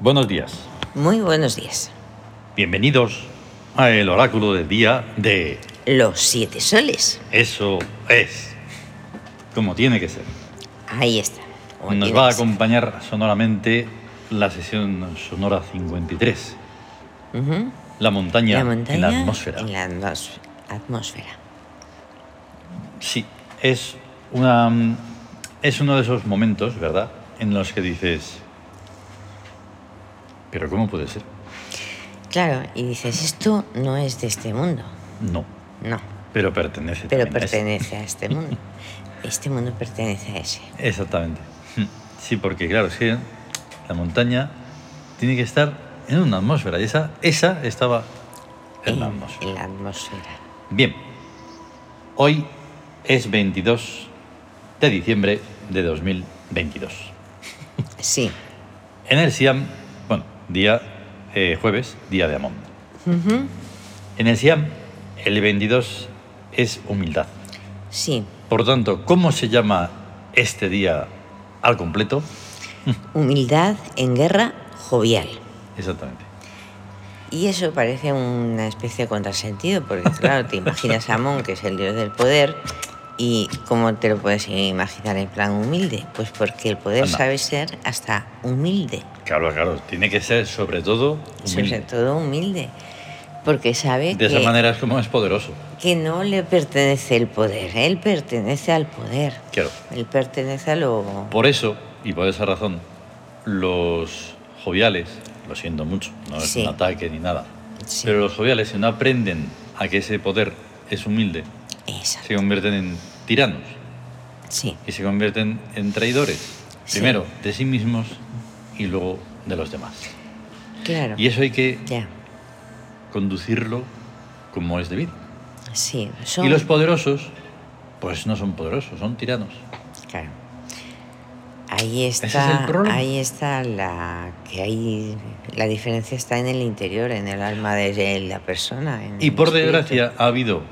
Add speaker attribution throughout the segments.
Speaker 1: Buenos días.
Speaker 2: Muy buenos días.
Speaker 1: Bienvenidos a el oráculo del día de
Speaker 2: Los siete soles.
Speaker 1: Eso es. Como tiene que ser.
Speaker 2: Ahí está. O
Speaker 1: Nos
Speaker 2: tiene
Speaker 1: va a
Speaker 2: que ser.
Speaker 1: acompañar sonoramente la sesión sonora 53.
Speaker 2: Ujú.
Speaker 1: La montaña,
Speaker 2: La montaña
Speaker 1: en la atmósfera.
Speaker 2: en la atmos- atmósfera.
Speaker 1: Sí, es una es uno de esos momentos, ¿verdad? En los que dices, pero ¿cómo puede ser?
Speaker 2: Claro, y dices, esto no es de este mundo.
Speaker 1: No,
Speaker 2: No,
Speaker 1: pero pertenece.
Speaker 2: pero
Speaker 1: también a ese.
Speaker 2: pertenece a este mundo. Este mundo pertenece a ese.
Speaker 1: Exactamente. Sí, porque claro, es que la montaña tiene que estar en una atmósfera y esa, esa estaba en la atmósfera.
Speaker 2: En la atmósfera.
Speaker 1: Bien, hoy es 22 de diciembre de 2022.
Speaker 2: Sí.
Speaker 1: En el SIAM, bueno, día eh, jueves, día de Amón. En el SIAM, el 22 es humildad.
Speaker 2: Sí.
Speaker 1: Por tanto, ¿cómo se llama este día al completo?
Speaker 2: Humildad en guerra jovial.
Speaker 1: Exactamente.
Speaker 2: Y eso parece una especie de contrasentido, porque claro, te imaginas a Amon, que es el dios del poder, y ¿cómo te lo puedes imaginar en plan humilde? Pues porque el poder
Speaker 1: Anda.
Speaker 2: sabe ser hasta humilde,
Speaker 1: Claro, claro, tiene que ser sobre todo
Speaker 2: sobre
Speaker 1: humilde.
Speaker 2: todo humilde, porque sabe
Speaker 1: De esa
Speaker 2: que,
Speaker 1: manera es como es poderoso.
Speaker 2: que no le pertenece el poder, él pertenece al poder,
Speaker 1: Claro.
Speaker 2: él pertenece a lo...
Speaker 1: Por eso, y por esa razón, los joviales, lo siento mucho, no es
Speaker 2: Sí.
Speaker 1: un ataque ni nada,
Speaker 2: Sí.
Speaker 1: pero los joviales, si no aprenden a que ese poder es humilde,
Speaker 2: Esa,
Speaker 1: se convierten en tiranos
Speaker 2: sí,
Speaker 1: y se convierten en traidores.
Speaker 2: Sí.
Speaker 1: Primero de sí mismos y luego de los demás.
Speaker 2: claro.
Speaker 1: Y eso hay que
Speaker 2: Ya,
Speaker 1: conducirlo como es debido.
Speaker 2: sí, son...
Speaker 1: Y los poderosos, pues no son poderosos, son tiranos.
Speaker 2: Claro. Ahí
Speaker 1: Ese
Speaker 2: está,
Speaker 1: es el problema.
Speaker 2: ahí está la que hay la diferencia está en el interior, en el alma de la persona. en
Speaker 1: Y
Speaker 2: el
Speaker 1: por
Speaker 2: espíritu.
Speaker 1: desgracia ha habido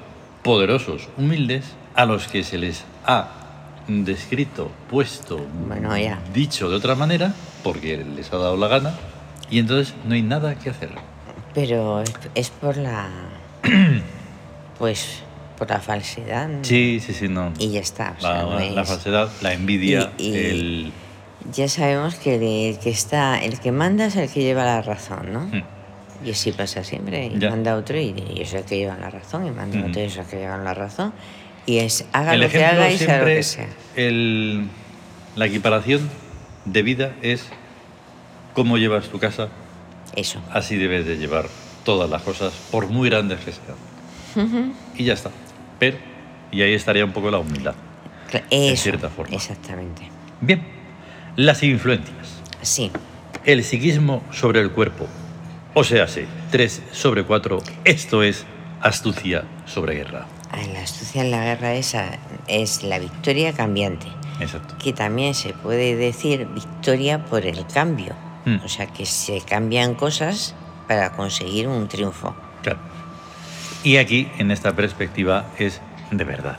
Speaker 1: poderosos humildes a los que se les ha descrito, puesto,
Speaker 2: Bueno, ya.
Speaker 1: dicho de otra manera, porque les ha dado la gana, y entonces no hay nada que hacer.
Speaker 2: Mm. Pero es, es por la pues por la falsedad. ¿no?
Speaker 1: Sí, sí, sí, no.
Speaker 2: Y ya está. o sea,
Speaker 1: La,
Speaker 2: no
Speaker 1: la
Speaker 2: es-
Speaker 1: falsedad, la envidia,
Speaker 2: Y- y-
Speaker 1: el...
Speaker 2: Ya sabemos que el que está, el que manda es el que lleva la razón, ¿no?
Speaker 1: Mm.
Speaker 2: Y así pasa siempre, y
Speaker 1: Ya.
Speaker 2: manda otro y, y es el que lleva la razón, y manda
Speaker 1: Ujú.
Speaker 2: otro y es el que lleva la razón. Y es haga
Speaker 1: El
Speaker 2: lo que haga y sea lo
Speaker 1: siempre,
Speaker 2: que sea.
Speaker 1: el- la equiparación de vida es cómo llevas tu casa,
Speaker 2: Eso.
Speaker 1: así debes de llevar todas las cosas, por muy grandes que sean. Y ya está. Pero, y ahí estaría un poco la humildad.
Speaker 2: Cla- eso,
Speaker 1: cierta forma.
Speaker 2: Exactamente.
Speaker 1: Bien, las influencias.
Speaker 2: Sí,
Speaker 1: El psiquismo sobre el cuerpo. O sea, sí, 3 sobre 4. Esto es astucia sobre guerra.
Speaker 2: a la astucia en la guerra esa es la victoria cambiante,
Speaker 1: Exacto.
Speaker 2: que también se puede decir victoria por el cambio.
Speaker 1: Mm.
Speaker 2: O sea, que se cambian cosas para conseguir un triunfo.
Speaker 1: Claro. Y aquí, en esta perspectiva, es de verdad,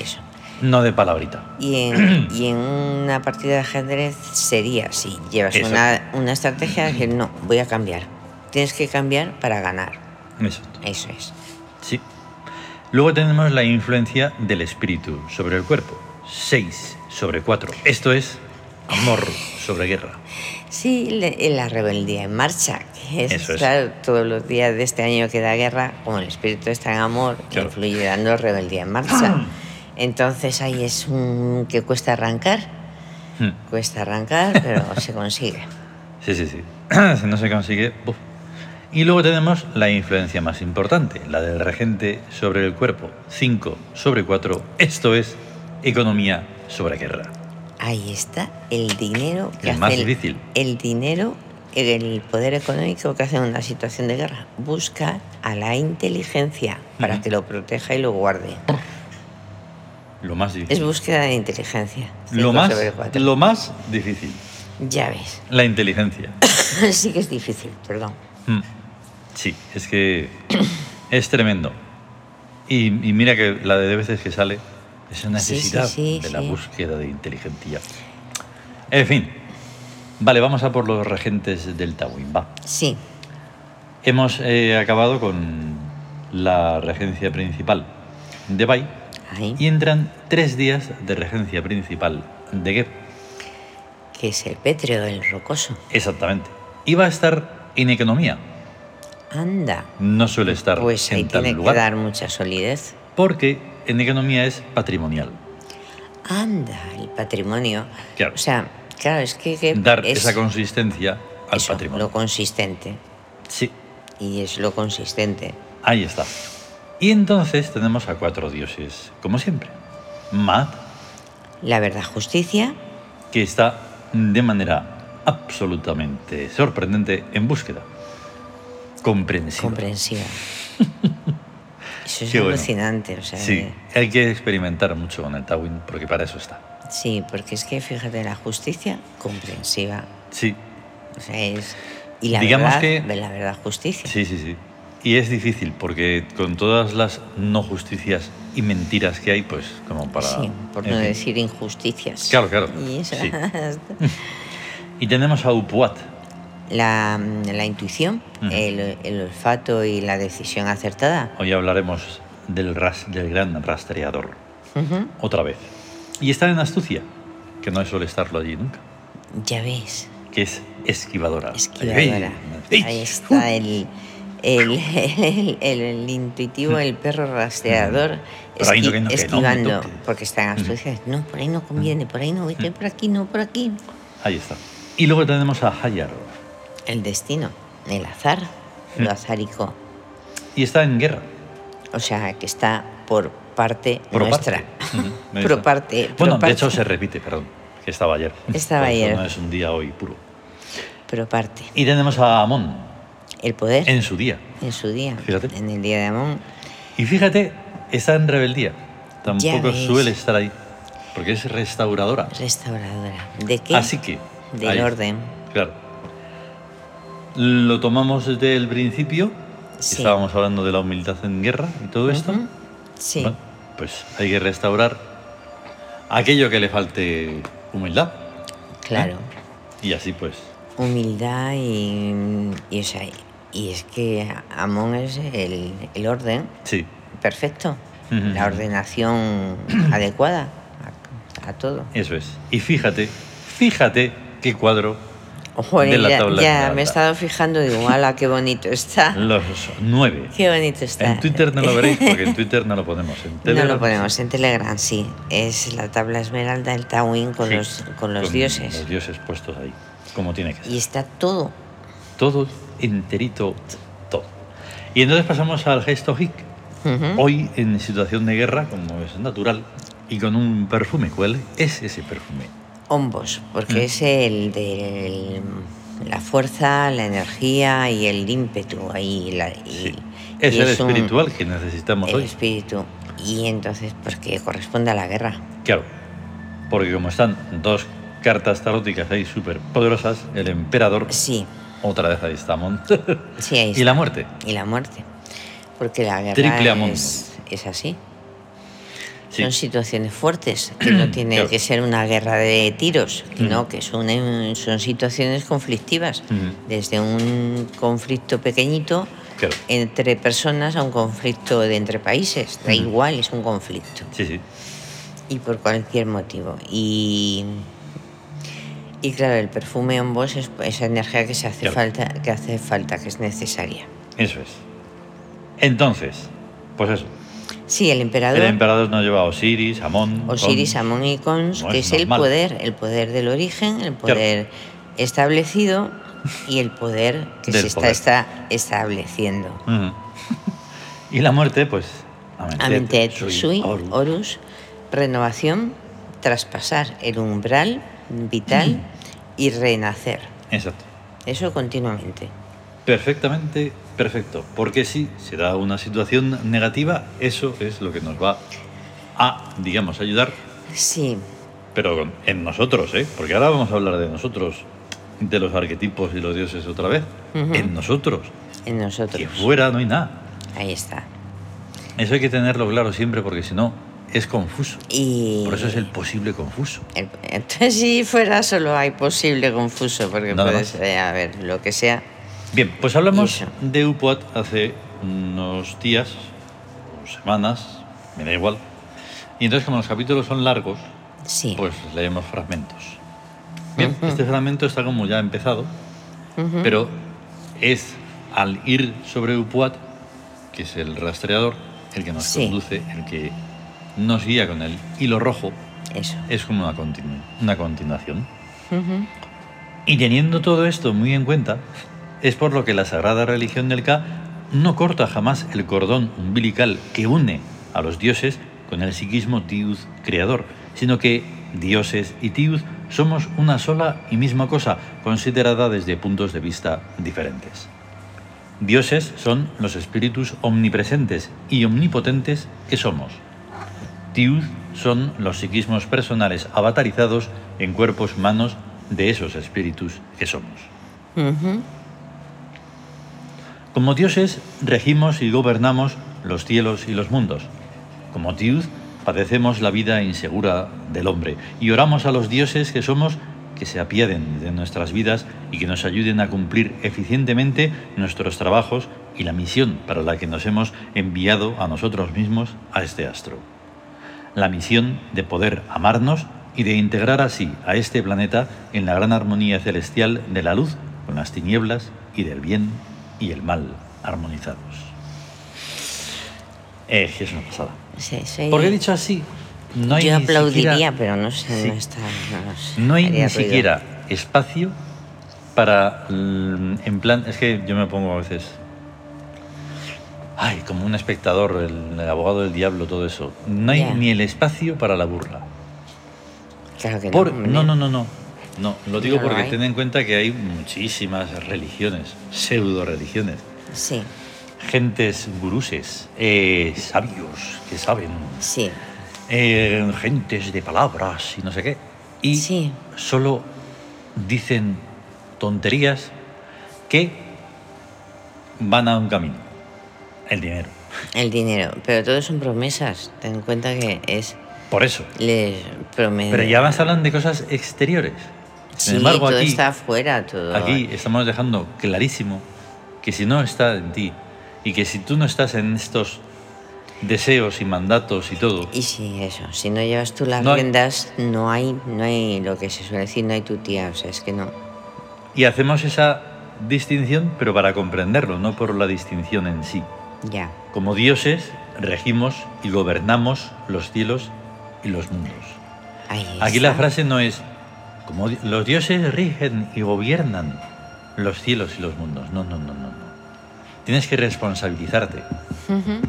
Speaker 2: Eso.
Speaker 1: no de palabrita.
Speaker 2: Y en, y en una partida de ajedrez sería si llevas
Speaker 1: Eso.
Speaker 2: una, una estrategia que no, voy a cambiar. Tienes que cambiar para ganar.
Speaker 1: Exacto.
Speaker 2: Eso es.
Speaker 1: Sí. Luego tenemos la influencia del espíritu sobre el cuerpo. 6 sobre 4. Esto es amor sobre guerra.
Speaker 2: Sí, le- la rebeldía en marcha, que es,
Speaker 1: Eso es.
Speaker 2: claro, todos los días de este año que da guerra, como el espíritu está en amor,
Speaker 1: Claro.
Speaker 2: influye dando rebeldía en marcha. Entonces ahí es un que cuesta arrancar,
Speaker 1: Hmm.
Speaker 2: cuesta arrancar, pero se consigue.
Speaker 1: Sí, sí, sí. si no se consigue. buf. Y luego tenemos la influencia más importante, la del regente sobre el cuerpo. 5 sobre 4. Esto es economía sobre guerra.
Speaker 2: Ahí está el dinero que
Speaker 1: El
Speaker 2: hace
Speaker 1: más
Speaker 2: el,
Speaker 1: difícil.
Speaker 2: el dinero, el poder económico que hace en una situación de guerra. Busca a la inteligencia para
Speaker 1: Ujú.
Speaker 2: que lo proteja y lo guarde.
Speaker 1: Lo más difícil.
Speaker 2: Es búsqueda de inteligencia.
Speaker 1: lo,
Speaker 2: Cinco
Speaker 1: más,
Speaker 2: sobre cuatro.
Speaker 1: lo más difícil.
Speaker 2: Ya ves.
Speaker 1: La inteligencia.
Speaker 2: sí que es difícil, perdón.
Speaker 1: Mm. Sí, es que es tremendo. Y, y mira que la de veces que sale, esa
Speaker 2: Sí, sí,
Speaker 1: necesidad
Speaker 2: sí,
Speaker 1: de la
Speaker 2: sí.
Speaker 1: búsqueda de inteligencia. En fin, Vale, vamos a por los regentes del Tawin, va.
Speaker 2: Sí,
Speaker 1: Hemos eh, acabado con la regencia principal de Bai
Speaker 2: ahí,
Speaker 1: y entran tres días de regencia principal de Geb.
Speaker 2: que es el pétreo, el rocoso.
Speaker 1: Exactamente. Iba a estar en economía.
Speaker 2: Anda,
Speaker 1: No suele estar
Speaker 2: pues ahí
Speaker 1: en tal
Speaker 2: tiene
Speaker 1: lugar.
Speaker 2: que dar mucha solidez.
Speaker 1: Porque en economía es patrimonial.
Speaker 2: Anda, el patrimonio.
Speaker 1: Claro.
Speaker 2: O sea, claro, es que, que
Speaker 1: Dar
Speaker 2: Eh, es
Speaker 1: esa consistencia al
Speaker 2: eso,
Speaker 1: patrimonio.
Speaker 2: lo consistente.
Speaker 1: Sí,
Speaker 2: Y es lo consistente.
Speaker 1: ahí está. Y entonces tenemos a cuatro dioses, como siempre. Mat,
Speaker 2: La verdad, justicia,
Speaker 1: que está de manera absolutamente sorprendente en búsqueda. Comprensiva.
Speaker 2: comprensiva. Eso es
Speaker 1: Qué bueno.
Speaker 2: alucinante, o sea, eh,
Speaker 1: sí, hay que experimentar mucho con el Tawin porque para eso está.
Speaker 2: sí, porque es que fíjate, la justicia comprensiva,
Speaker 1: Sí,
Speaker 2: o sea, es y la
Speaker 1: Digamos
Speaker 2: verdad,
Speaker 1: que-
Speaker 2: de la verdad justicia.
Speaker 1: sí, sí, sí. Y es difícil porque con todas las no justicias y mentiras que hay, pues como para...
Speaker 2: Sí, por
Speaker 1: en
Speaker 2: no
Speaker 1: fin.
Speaker 2: decir injusticias.
Speaker 1: Claro, claro,
Speaker 2: Y esa-
Speaker 1: sí. Y tenemos a Upuat.
Speaker 2: la, la intuición,
Speaker 1: Ujú.
Speaker 2: el, el olfato y la decisión acertada.
Speaker 1: Hoy hablaremos del, ras- del gran rastreador.
Speaker 2: Ujú.
Speaker 1: Otra vez. Y está en Astucia, que no suele estarlo allí nunca.
Speaker 2: Ya ves,
Speaker 1: que es esquivadora.
Speaker 2: esquivadora.
Speaker 1: Ey, ey,
Speaker 2: Ahí
Speaker 1: uh,
Speaker 2: está el, el, el- el- el intuitivo, el perro rastreador,
Speaker 1: Por ahí no, que no, que no,
Speaker 2: esquivando,
Speaker 1: no toques.
Speaker 2: porque está en Asturias. No, por ahí no conviene, por ahí no, vete por aquí, no, por aquí.
Speaker 1: Ahí está. Y luego tenemos a Hayar.
Speaker 2: El destino, el azar, lo azárico.
Speaker 1: Y está en guerra.
Speaker 2: O sea, que está por parte
Speaker 1: Pro
Speaker 2: nuestra.
Speaker 1: parte. Ujú, ahí
Speaker 2: Pro
Speaker 1: está.
Speaker 2: parte, pro
Speaker 1: Bueno, de
Speaker 2: parte.
Speaker 1: hecho se repite, perdón. Que estaba ayer.
Speaker 2: Estaba
Speaker 1: Por eso
Speaker 2: ayer.
Speaker 1: No es un día hoy puro.
Speaker 2: Pero parte.
Speaker 1: Y tenemos a Amón
Speaker 2: El poder en,
Speaker 1: en su día.
Speaker 2: su día,
Speaker 1: Fíjate.
Speaker 2: en el día de Amón.
Speaker 1: Y fíjate, está en rebeldía. Tampoco
Speaker 2: ves.
Speaker 1: suele estar ahí. Porque es restauradora.
Speaker 2: Restauradora. ¿De qué?
Speaker 1: Así que.
Speaker 2: Del
Speaker 1: ahí,
Speaker 2: orden.
Speaker 1: Claro. Lo tomamos desde el principio.
Speaker 2: Sí.
Speaker 1: Estábamos hablando de la humildad en guerra y todo esto.
Speaker 2: Ujú. Sí.
Speaker 1: Bueno, pues hay que restaurar aquello que le falte humildad.
Speaker 2: Claro.
Speaker 1: Y así pues.
Speaker 2: Humildad y, y, o sea, y es que Amón es el, el orden
Speaker 1: Sí.
Speaker 2: perfecto,
Speaker 1: Ujú.
Speaker 2: la ordenación adecuada a, a todo.
Speaker 1: Eso es. Y fíjate, fíjate qué cuadro
Speaker 2: Ojo, eh,
Speaker 1: de la
Speaker 2: ya,
Speaker 1: tabla.
Speaker 2: ya
Speaker 1: esmeralda.
Speaker 2: me he estado fijando y digo, ala, qué bonito está.
Speaker 1: Los nueve.
Speaker 2: Qué bonito Ah. está.
Speaker 1: En Twitter no lo veréis porque en Twitter no lo ponemos. En
Speaker 2: No
Speaker 1: Telegram
Speaker 2: lo
Speaker 1: sí.
Speaker 2: ponemos en Telegram, sí. Es la tabla esmeralda, el Tawin con,
Speaker 1: Sí,
Speaker 2: los, con los dioses.
Speaker 1: Los dioses puestos ahí, como tiene que ser.
Speaker 2: Y está todo.
Speaker 1: Todo enterito, todo. Y entonces pasamos al gesto hic.
Speaker 2: Ujú.
Speaker 1: Hoy, en situación de guerra, como es natural, y con un perfume, ¿cuál es ese perfume?
Speaker 2: Hombos,
Speaker 1: Mm.
Speaker 2: porque es el de la fuerza, la energía y el ímpetu ahí. la- y,
Speaker 1: Sí.
Speaker 2: y
Speaker 1: Es el
Speaker 2: un-
Speaker 1: espiritual que necesitamos
Speaker 2: el
Speaker 1: hoy.
Speaker 2: espíritu. Y entonces, porque corresponde a la guerra.
Speaker 1: Claro, porque como están dos cartas taróticas ahí súper poderosas, el emperador,
Speaker 2: Sí,
Speaker 1: otra vez ahí está Amon,
Speaker 2: sí, ahí
Speaker 1: y la muerte.
Speaker 2: y la muerte. Porque la guerra
Speaker 1: Triple amundo.
Speaker 2: es, es así.
Speaker 1: Sí,
Speaker 2: Son situaciones fuertes, que no tiene
Speaker 1: Claro.
Speaker 2: que ser una guerra de tiros, que
Speaker 1: Mm.
Speaker 2: no, que son, en- son situaciones conflictivas.
Speaker 1: Mm.
Speaker 2: Desde un conflicto pequeñito
Speaker 1: claro.
Speaker 2: entre personas a un conflicto de entre países. Da
Speaker 1: Mm.
Speaker 2: igual, es un conflicto.
Speaker 1: Sí, sí.
Speaker 2: Y por cualquier motivo. Y, y claro, el perfume en vos es esa energía que, se hace
Speaker 1: Claro.
Speaker 2: falta, que hace falta, que es necesaria.
Speaker 1: Eso es. Entonces, pues eso.
Speaker 2: Sí, el emperador.
Speaker 1: El emperador nos lleva a Osiris, Amón.
Speaker 2: Osiris,
Speaker 1: Con-
Speaker 2: Amón y Cons,
Speaker 1: No
Speaker 2: que
Speaker 1: es
Speaker 2: es el
Speaker 1: normal.
Speaker 2: poder, el poder del origen, el poder establecido y el poder que
Speaker 1: Del
Speaker 2: se está,
Speaker 1: poder.
Speaker 2: está estableciendo.
Speaker 1: Ujú. Y la muerte, pues.
Speaker 2: Amentet,
Speaker 1: Sui,
Speaker 2: Sui,
Speaker 1: Horus.
Speaker 2: Horus, renovación, traspasar el umbral vital y renacer.
Speaker 1: Exacto.
Speaker 2: Eso continuamente.
Speaker 1: Perfectamente perfecto. Porque si se da una situación negativa, eso es lo que nos va a, digamos, ayudar,
Speaker 2: Sí,
Speaker 1: pero con- en nosotros, ¿eh? Porque ahora vamos a hablar de nosotros, de los arquetipos y los dioses otra vez.
Speaker 2: Ujú.
Speaker 1: En nosotros.
Speaker 2: en
Speaker 1: Que
Speaker 2: nosotros.
Speaker 1: fuera no hay nada.
Speaker 2: Ahí está.
Speaker 1: Eso hay que tenerlo claro siempre porque si no, es confuso.
Speaker 2: Y
Speaker 1: Por eso es el posible confuso.
Speaker 2: el- entonces, si fuera solo hay posible confuso, porque
Speaker 1: Nada
Speaker 2: puede
Speaker 1: más.
Speaker 2: ser, a ver, lo que sea.
Speaker 1: Bien, pues hablamos
Speaker 2: Eso.
Speaker 1: de UPOAT hace unos días, semanas, me da igual. Y entonces, como los capítulos son largos,
Speaker 2: Sí.
Speaker 1: pues leemos fragmentos. Bien, este fragmento está como ya empezado, pero es al ir sobre UPOAT, que es el rastreador, el que nos
Speaker 2: Sí.
Speaker 1: conduce, el que nos guía con el hilo rojo,
Speaker 2: Eso.
Speaker 1: es como una, continu- una continuación.
Speaker 2: Ujú.
Speaker 1: Y teniendo todo esto muy en cuenta, es por lo que la sagrada religión del Ka no corta jamás el cordón umbilical que une a los dioses con el psiquismo Tiud creador, sino que dioses y Tiud somos una sola y misma cosa, considerada desde puntos de vista diferentes. Dioses son los espíritus omnipresentes y omnipotentes que somos. Tiud son los psiquismos personales avatarizados en cuerpos humanos de esos espíritus que somos.
Speaker 2: Ujú.
Speaker 1: Como dioses, regimos y gobernamos los cielos y los mundos. Como Tiud, padecemos la vida insegura del hombre y oramos a los dioses que somos que se apiaden de nuestras vidas y que nos ayuden a cumplir eficientemente nuestros trabajos y la misión para la que nos hemos enviado a nosotros mismos a este astro. La misión de poder amarnos y de integrar así a este planeta en la gran armonía celestial de la luz con las tinieblas y del bien y el mal armonizados. Eh, que es una pasada.
Speaker 2: Sí, soy-
Speaker 1: Porque dicho así, no hay
Speaker 2: Eh, Yo
Speaker 1: ni
Speaker 2: aplaudiría,
Speaker 1: siquiera-
Speaker 2: pero no sé,
Speaker 1: Sí.
Speaker 2: no está. No, lo sé,
Speaker 1: no hay
Speaker 2: haría
Speaker 1: ni
Speaker 2: ruido.
Speaker 1: siquiera espacio para, mm, en plan, es que yo me pongo a veces, ay, como un espectador, el, el abogado del diablo, todo eso. No hay
Speaker 2: Ya.
Speaker 1: ni el espacio para la burla.
Speaker 2: Claro que
Speaker 1: Por-
Speaker 2: no. hombre.
Speaker 1: no, no, no, no. No, lo digo
Speaker 2: No lo
Speaker 1: porque
Speaker 2: hay.
Speaker 1: ten en cuenta que hay muchísimas religiones, pseudo religiones,
Speaker 2: Sí,
Speaker 1: gentes guruses, eh, sabios que saben,
Speaker 2: sí.
Speaker 1: eh, gentes de palabras y no sé qué. Y
Speaker 2: Sí.
Speaker 1: solo dicen tonterías que van a un camino, el dinero.
Speaker 2: El dinero. Pero todo son promesas. Ten en cuenta que es.
Speaker 1: Por eso.
Speaker 2: Les prometen.
Speaker 1: Pero ya más hablan de cosas exteriores. Sin
Speaker 2: Eh, Sí,
Speaker 1: embargo,
Speaker 2: todo
Speaker 1: aquí
Speaker 2: está afuera, todo.
Speaker 1: Aquí estamos dejando clarísimo que si no está en ti y que si tú no estás en estos deseos y mandatos y todo,
Speaker 2: Y sí, eso. Si no llevas tú las
Speaker 1: No hay-
Speaker 2: riendas, no hay, no hay lo que se suele decir, no hay tu tía. O sea, es que no.
Speaker 1: y hacemos esa distinción, pero para comprenderlo, no por la distinción en sí.
Speaker 2: Ya.
Speaker 1: Como dioses, regimos y gobernamos los cielos y los mundos.
Speaker 2: Ahí
Speaker 1: Aquí la
Speaker 2: está.
Speaker 1: frase no es, como di- los dioses rigen y gobiernan los cielos y los mundos. No, no, no, no. no. Tienes que responsabilizarte.
Speaker 2: Ujú.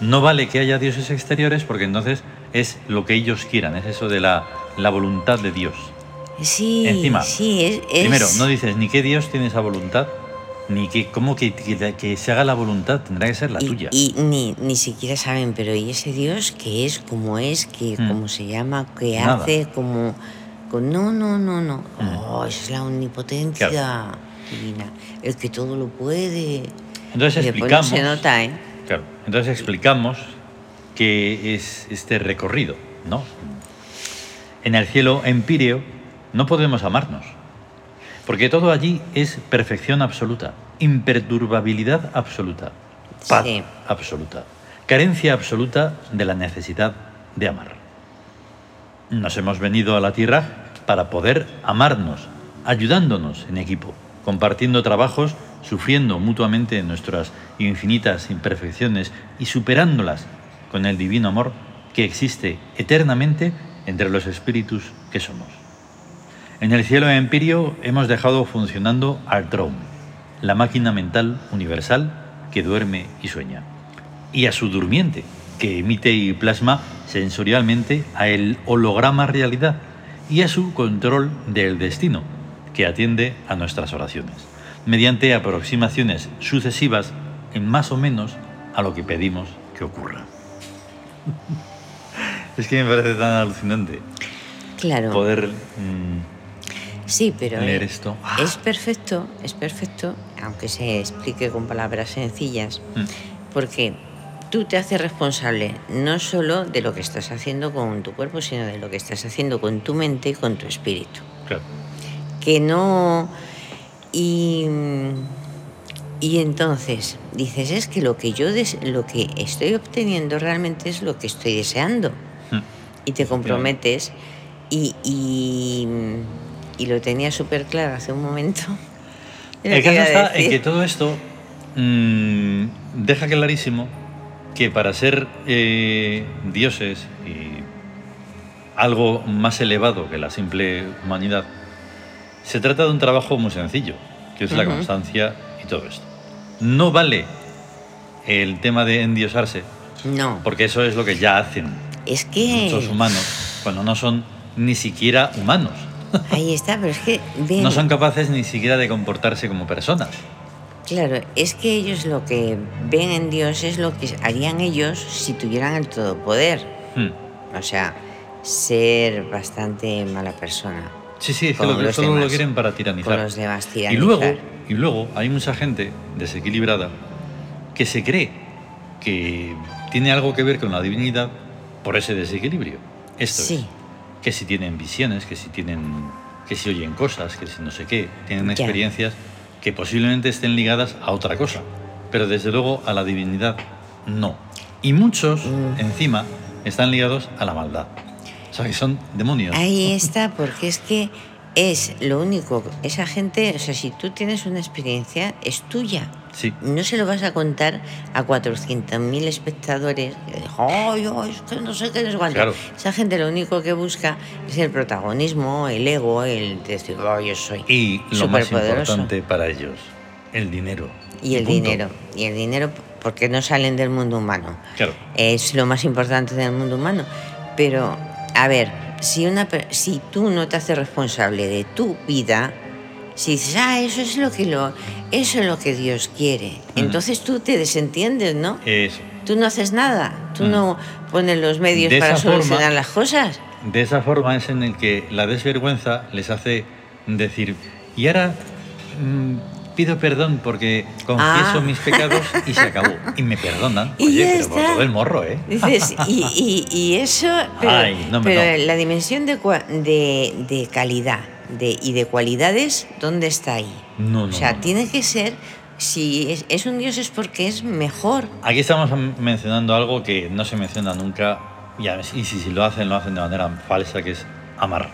Speaker 1: No vale que haya dioses exteriores porque entonces es lo que ellos quieran, es eso de la, la voluntad de Dios.
Speaker 2: Sí.
Speaker 1: Encima,
Speaker 2: Sí, es. es-
Speaker 1: Primero, no dices ni qué Dios tiene esa voluntad, ni que cómo que, que- que se haga la voluntad, tendrá que ser la
Speaker 2: y,
Speaker 1: tuya.
Speaker 2: y ni, ni siquiera saben, pero ¿y ese Dios qué es? ¿Cómo es? ¿Qué,
Speaker 1: Mm.
Speaker 2: ¿Cómo se llama? ¿Qué
Speaker 1: Nada. Mm.
Speaker 2: hace? ¿Cómo...? co- No, no, no, no. Oh, esa es la omnipotencia
Speaker 1: Claro.
Speaker 2: divina. El que todo lo puede.
Speaker 1: Entonces
Speaker 2: Y después no
Speaker 1: Pues explicamos,
Speaker 2: se nota, ¿eh?
Speaker 1: claro, entonces explicamos que es este recorrido, ¿no? En el cielo empíreo no podemos amarnos, porque todo allí es perfección absoluta, imperturbabilidad absoluta, paz
Speaker 2: Sí.
Speaker 1: absoluta, carencia absoluta de la necesidad de amar. Nos hemos venido a la Tierra para poder amarnos, ayudándonos en equipo, compartiendo trabajos, sufriendo mutuamente nuestras infinitas imperfecciones y superándolas con el divino amor que existe eternamente entre los espíritus que somos. En el cielo empírico hemos dejado funcionando Artron, la máquina mental universal que duerme y sueña, y a su durmiente, que emite y plasma sensorialmente a el holograma realidad y a su control del destino, que atiende a nuestras oraciones, mediante aproximaciones sucesivas en más o menos a lo que pedimos que ocurra. es que me parece tan alucinante
Speaker 2: Claro.
Speaker 1: poder... mm,
Speaker 2: Sí, pero
Speaker 1: leer
Speaker 2: eh,
Speaker 1: esto.
Speaker 2: es perfecto, es perfecto, aunque se explique con palabras sencillas,
Speaker 1: Mm.
Speaker 2: porque tú te haces responsable no solo de lo que estás haciendo con tu cuerpo, sino de lo que estás haciendo con tu mente y con tu espíritu.
Speaker 1: Claro.
Speaker 2: Que no... Y, y entonces dices, es que lo que yo des- lo que estoy obteniendo realmente es lo que estoy deseando.
Speaker 1: Mm.
Speaker 2: Y te comprometes y, y, y lo tenía súper claro hace un momento. Lo
Speaker 1: El caso
Speaker 2: que iba a
Speaker 1: está en
Speaker 2: decir.
Speaker 1: que todo esto mm, deja clarísimo que para ser eh, dioses y algo más elevado que la simple humanidad, se trata de un trabajo muy sencillo, que es la
Speaker 2: Ujú.
Speaker 1: constancia y todo esto. No vale el tema de endiosarse,
Speaker 2: No,
Speaker 1: porque eso es lo que ya hacen
Speaker 2: es que...
Speaker 1: muchos humanos cuando no son ni siquiera humanos.
Speaker 2: Ahí está, pero es que ven,
Speaker 1: No son capaces ni siquiera de comportarse como personas.
Speaker 2: claro, es que ellos lo que ven en Dios es lo que harían ellos si tuvieran el todopoder.
Speaker 1: Mm.
Speaker 2: O sea, ser bastante mala persona
Speaker 1: Sí, sí, es que
Speaker 2: con
Speaker 1: lo que
Speaker 2: los
Speaker 1: solo lo
Speaker 2: demás,
Speaker 1: quieren para
Speaker 2: con
Speaker 1: tiranizar.
Speaker 2: los demás
Speaker 1: Y
Speaker 2: tiranizar.
Speaker 1: luego, y luego hay mucha gente desequilibrada que se cree que tiene algo que ver con la divinidad por ese desequilibrio. Esto
Speaker 2: sí,
Speaker 1: es, que si tienen visiones, que si tienen que si oyen cosas, que si no sé qué, tienen
Speaker 2: Ya.
Speaker 1: experiencias que posiblemente estén ligadas a otra cosa, pero desde luego a la divinidad no. Y muchos
Speaker 2: Mm.
Speaker 1: encima están ligados a la maldad. O sea, que son demonios.
Speaker 2: ahí está, porque es que es lo único. Esa gente, o sea, si tú tienes una experiencia, es tuya.
Speaker 1: Sí.
Speaker 2: No se lo vas a contar a 400.000 espectadores que dicen, "Ay, ay, es que no sé qué es cuánto".
Speaker 1: Claro.
Speaker 2: Esa gente lo único que busca es el protagonismo, el ego, el decir, "Oh, yo soy.
Speaker 1: Y lo más
Speaker 2: Superpoderoso.
Speaker 1: importante para ellos, el dinero.
Speaker 2: Y el
Speaker 1: Punto.
Speaker 2: dinero. Y el dinero porque no salen del mundo humano.
Speaker 1: Claro.
Speaker 2: Es lo más importante del mundo humano. Pero, a ver, si, una, per- si tú no te haces responsable de tu vida, si dices, ah, eso es lo que, lo, eso es lo que Dios quiere,
Speaker 1: Mm.
Speaker 2: entonces tú te desentiendes, ¿no?
Speaker 1: Eso.
Speaker 2: Tú no haces nada, tú
Speaker 1: Mm.
Speaker 2: no pones los medios
Speaker 1: De
Speaker 2: para
Speaker 1: esa forma-
Speaker 2: solucionar las cosas.
Speaker 1: De esa forma es en el que la desvergüenza les hace decir, y ahora mm, pido perdón porque confieso
Speaker 2: Ah.
Speaker 1: mis pecados y se acabó. Y me perdonan.
Speaker 2: Y
Speaker 1: Oye,
Speaker 2: ya
Speaker 1: pero por
Speaker 2: está.
Speaker 1: todo el morro, ¿eh?
Speaker 2: Dices, y, y- y eso, pero,
Speaker 1: Ay, no me-
Speaker 2: pero
Speaker 1: no.
Speaker 2: la dimensión de, cua- de, de calidad de, y de cualidades, ¿dónde está ahí?
Speaker 1: No, no.
Speaker 2: o sea,
Speaker 1: no.
Speaker 2: tiene que ser, si es, es un dios es porque es mejor.
Speaker 1: Aquí estamos m- mencionando algo que no se menciona nunca y, a- y si, si lo hacen, lo hacen de manera falsa, que es amar.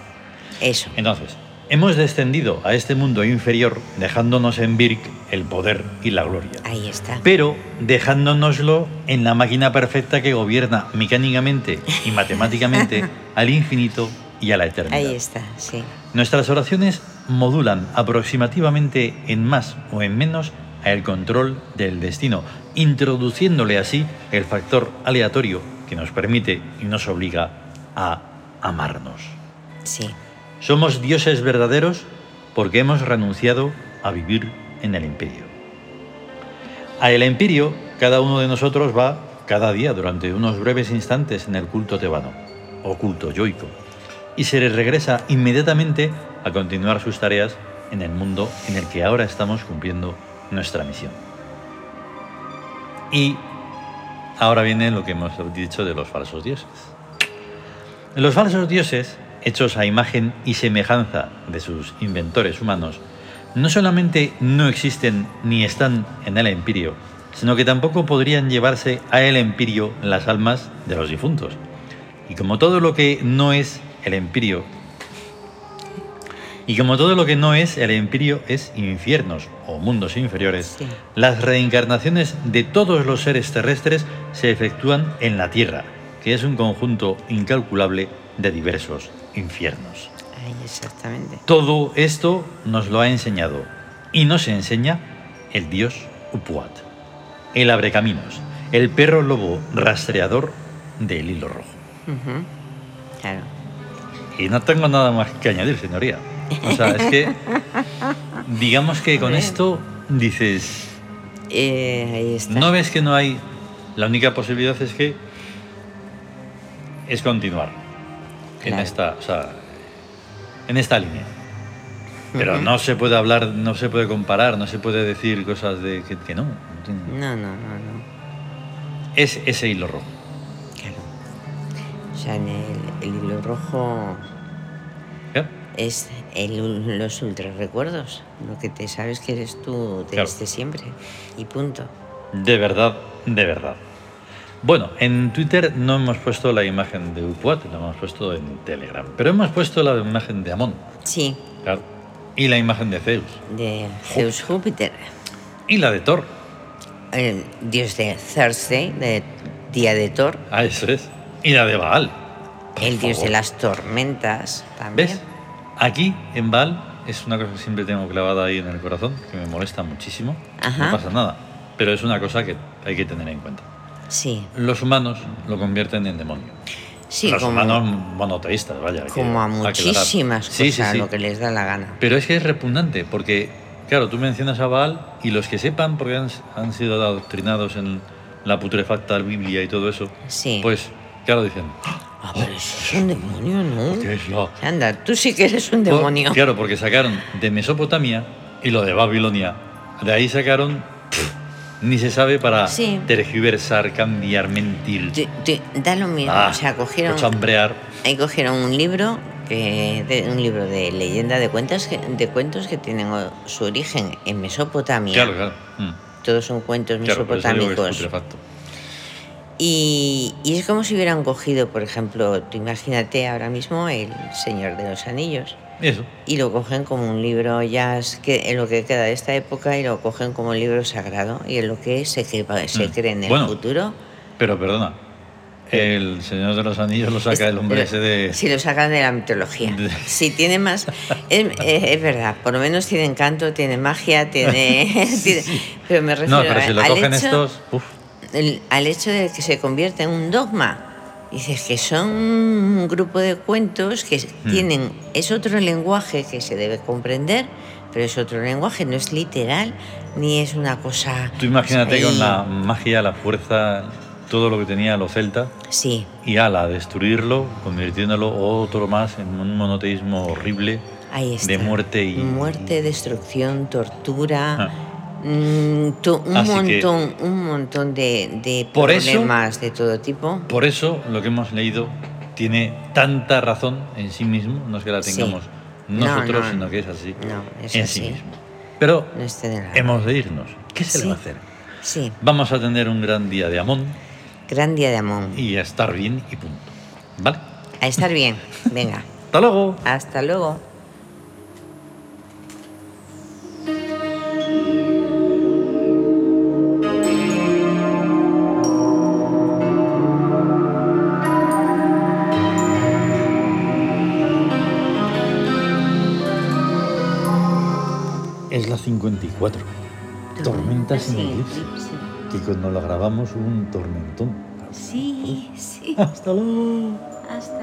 Speaker 2: Eso.
Speaker 1: Entonces, hemos descendido a este mundo inferior dejándonos en Birk el poder y la gloria,
Speaker 2: Ahí está.
Speaker 1: pero dejándonoslo en la máquina perfecta que gobierna mecánicamente y matemáticamente al infinito y a la eternidad.
Speaker 2: Ahí está, sí.
Speaker 1: Nuestras oraciones modulan aproximativamente en más o en menos al control del destino, introduciéndole así el factor aleatorio que nos permite y nos obliga a amarnos.
Speaker 2: Sí.
Speaker 1: Somos dioses verdaderos porque hemos renunciado a vivir en el imperio. A el imperio, cada uno de nosotros va cada día durante unos breves instantes en el culto tebano, o culto yoico, y se le regresa inmediatamente a continuar sus tareas en el mundo en el que ahora estamos cumpliendo nuestra misión. Y ahora viene lo que hemos dicho de los falsos dioses. Los falsos dioses, hechos a imagen y semejanza de sus inventores humanos, no solamente no existen ni están en el empirio, sino que tampoco podrían llevarse a el empirio las almas de los difuntos. Y como todo lo que no es el empirio, y como todo lo que no es el empirio es infiernos o mundos inferiores,
Speaker 2: Sí.
Speaker 1: las reencarnaciones de todos los seres terrestres se efectúan en la Tierra, que es un conjunto incalculable de diversos infiernos.
Speaker 2: Ahí exactamente.
Speaker 1: Todo esto nos lo ha enseñado y nos enseña el dios Upuat, el abrecaminos, el perro lobo rastreador del hilo rojo.
Speaker 2: Ujú. Claro.
Speaker 1: Y no tengo nada más que añadir, señoría. O sea, es que digamos que con
Speaker 2: Bien.
Speaker 1: esto dices,
Speaker 2: Eh, ahí está.
Speaker 1: ¿No ves que no hay.? La única posibilidad es que. es continuar. En
Speaker 2: Claro.
Speaker 1: esta. o sea, en esta línea. Pero
Speaker 2: Ujú.
Speaker 1: no se puede hablar, no se puede comparar, no se puede decir cosas de que, que no. no tiene-
Speaker 2: No, no, no, no.
Speaker 1: es ese hilo rojo.
Speaker 2: Claro. O sea, en el, el hilo rojo
Speaker 1: ¿Ya?
Speaker 2: es el- los ultra recuerdos, lo que te sabes que eres tú desde
Speaker 1: Claro.
Speaker 2: siempre. Y punto.
Speaker 1: De verdad, de verdad. Bueno, en Twitter no hemos puesto la imagen de Upuat, la hemos puesto en Telegram, pero hemos puesto la imagen de Amón,
Speaker 2: Sí,
Speaker 1: claro, y la imagen de Zeus,
Speaker 2: de Zeus Júpiter,
Speaker 1: y la de Thor,
Speaker 2: el dios de Thursday, de día de Thor,
Speaker 1: ah, eso es, y la de Baal. Por
Speaker 2: el dios
Speaker 1: favor.
Speaker 2: de las tormentas también.
Speaker 1: ¿Ves? Aquí, en Baal, es una cosa que siempre tengo clavada ahí en el corazón, que me molesta muchísimo,
Speaker 2: Ajá.
Speaker 1: no pasa nada, pero es una cosa que hay que tener en cuenta.
Speaker 2: Sí,
Speaker 1: Los humanos lo convierten en demonio.
Speaker 2: sí,
Speaker 1: los
Speaker 2: como,
Speaker 1: humanos monoteístas, vaya. hay que
Speaker 2: como a
Speaker 1: aclarar.
Speaker 2: muchísimas
Speaker 1: Sí, sí,
Speaker 2: cosas,
Speaker 1: sí.
Speaker 2: lo que les da la gana.
Speaker 1: Pero es que es repugnante, porque, claro, tú mencionas a Baal y los que sepan, porque han, han sido adoctrinados en la putrefacta Biblia y todo eso,
Speaker 2: Sí.
Speaker 1: pues, claro, dicen,
Speaker 2: Ah, pero eso es un demonio, ¿no?
Speaker 1: ¿qué es lo?
Speaker 2: Anda, tú sí que eres un
Speaker 1: Por-
Speaker 2: demonio.
Speaker 1: Claro, porque sacaron de Mesopotamia y lo de Babilonia. De ahí sacaron, pff, ni se sabe para
Speaker 2: Sí.
Speaker 1: tergiversar, cambiar, mentir,
Speaker 2: Te- te- da lo mismo,
Speaker 1: ah,
Speaker 2: o sea, cogieron,
Speaker 1: cochambrear.
Speaker 2: ahí cogieron un libro, que, de- un libro de leyenda de, cuentas que- de cuentos que tienen o- su origen en Mesopotamia.
Speaker 1: Claro, claro. mm,
Speaker 2: Todos son cuentos
Speaker 1: claro, por eso digo que es
Speaker 2: mesopotámicos.
Speaker 1: putrefacto.
Speaker 2: Y, y es como si hubieran cogido, por ejemplo, tú imagínate ahora mismo el Señor de los Anillos.
Speaker 1: Eso.
Speaker 2: Y lo cogen como un libro, ya es que, en lo que queda de esta época, y lo cogen como un libro sagrado, y en lo que se, cre- se
Speaker 1: Mm.
Speaker 2: cree en el
Speaker 1: Bueno,
Speaker 2: futuro.
Speaker 1: Pero perdona, el Señor de los Anillos lo saca el hombre
Speaker 2: Lo-
Speaker 1: ese de...
Speaker 2: Si lo sacan de la mitología.
Speaker 1: de-
Speaker 2: Si tiene más. Es, eh, es verdad, por lo menos tiene encanto, tiene magia, tiene. tiene- pero me refiero
Speaker 1: no, pero si lo
Speaker 2: al,
Speaker 1: cogen
Speaker 2: hecho,
Speaker 1: estos... Uf,
Speaker 2: el- al hecho de que se convierta en un dogma. Dices que son un grupo de cuentos que
Speaker 1: Mm.
Speaker 2: tienen. Es otro lenguaje que se debe comprender, pero es otro lenguaje, no es literal ni es una cosa.
Speaker 1: tú imagínate
Speaker 2: pues ahí.
Speaker 1: con la magia, la fuerza, todo lo que tenía los celtas
Speaker 2: Sí,
Speaker 1: y ala, destruirlo, convirtiéndolo otro más en un monoteísmo horrible
Speaker 2: ahí está.
Speaker 1: de muerte y...
Speaker 2: Muerte, destrucción, tortura.
Speaker 1: Ah.
Speaker 2: mm, to- un
Speaker 1: Así que-
Speaker 2: montón, un montón de, de
Speaker 1: Por eso-
Speaker 2: problemas de todo tipo.
Speaker 1: Por eso lo que hemos leído tiene tanta razón en sí mismo, no es que la
Speaker 2: Sí.
Speaker 1: tengamos
Speaker 2: No,
Speaker 1: nosotros,
Speaker 2: no.
Speaker 1: sino que es así.
Speaker 2: No, es
Speaker 1: en
Speaker 2: así.
Speaker 1: sí mismo. Em. Pero
Speaker 2: No es tener nada.
Speaker 1: hemos de irnos. ¿Qué se le va a
Speaker 2: Sí.
Speaker 1: hacer?
Speaker 2: Sí,
Speaker 1: Vamos a tener un gran día de Amón
Speaker 2: gran día de Amón.
Speaker 1: y a estar bien y punto. ¿Vale?
Speaker 2: A estar bien. Venga,
Speaker 1: ¡Hasta luego!
Speaker 2: hasta luego.
Speaker 1: Es la 54. Tormenta sin eclipse. Que cuando la grabamos hubo un tormentón.
Speaker 2: Sí,
Speaker 1: Ah.
Speaker 2: sí.
Speaker 1: ¡Hasta luego!
Speaker 2: Hasta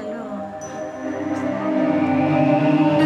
Speaker 2: luego.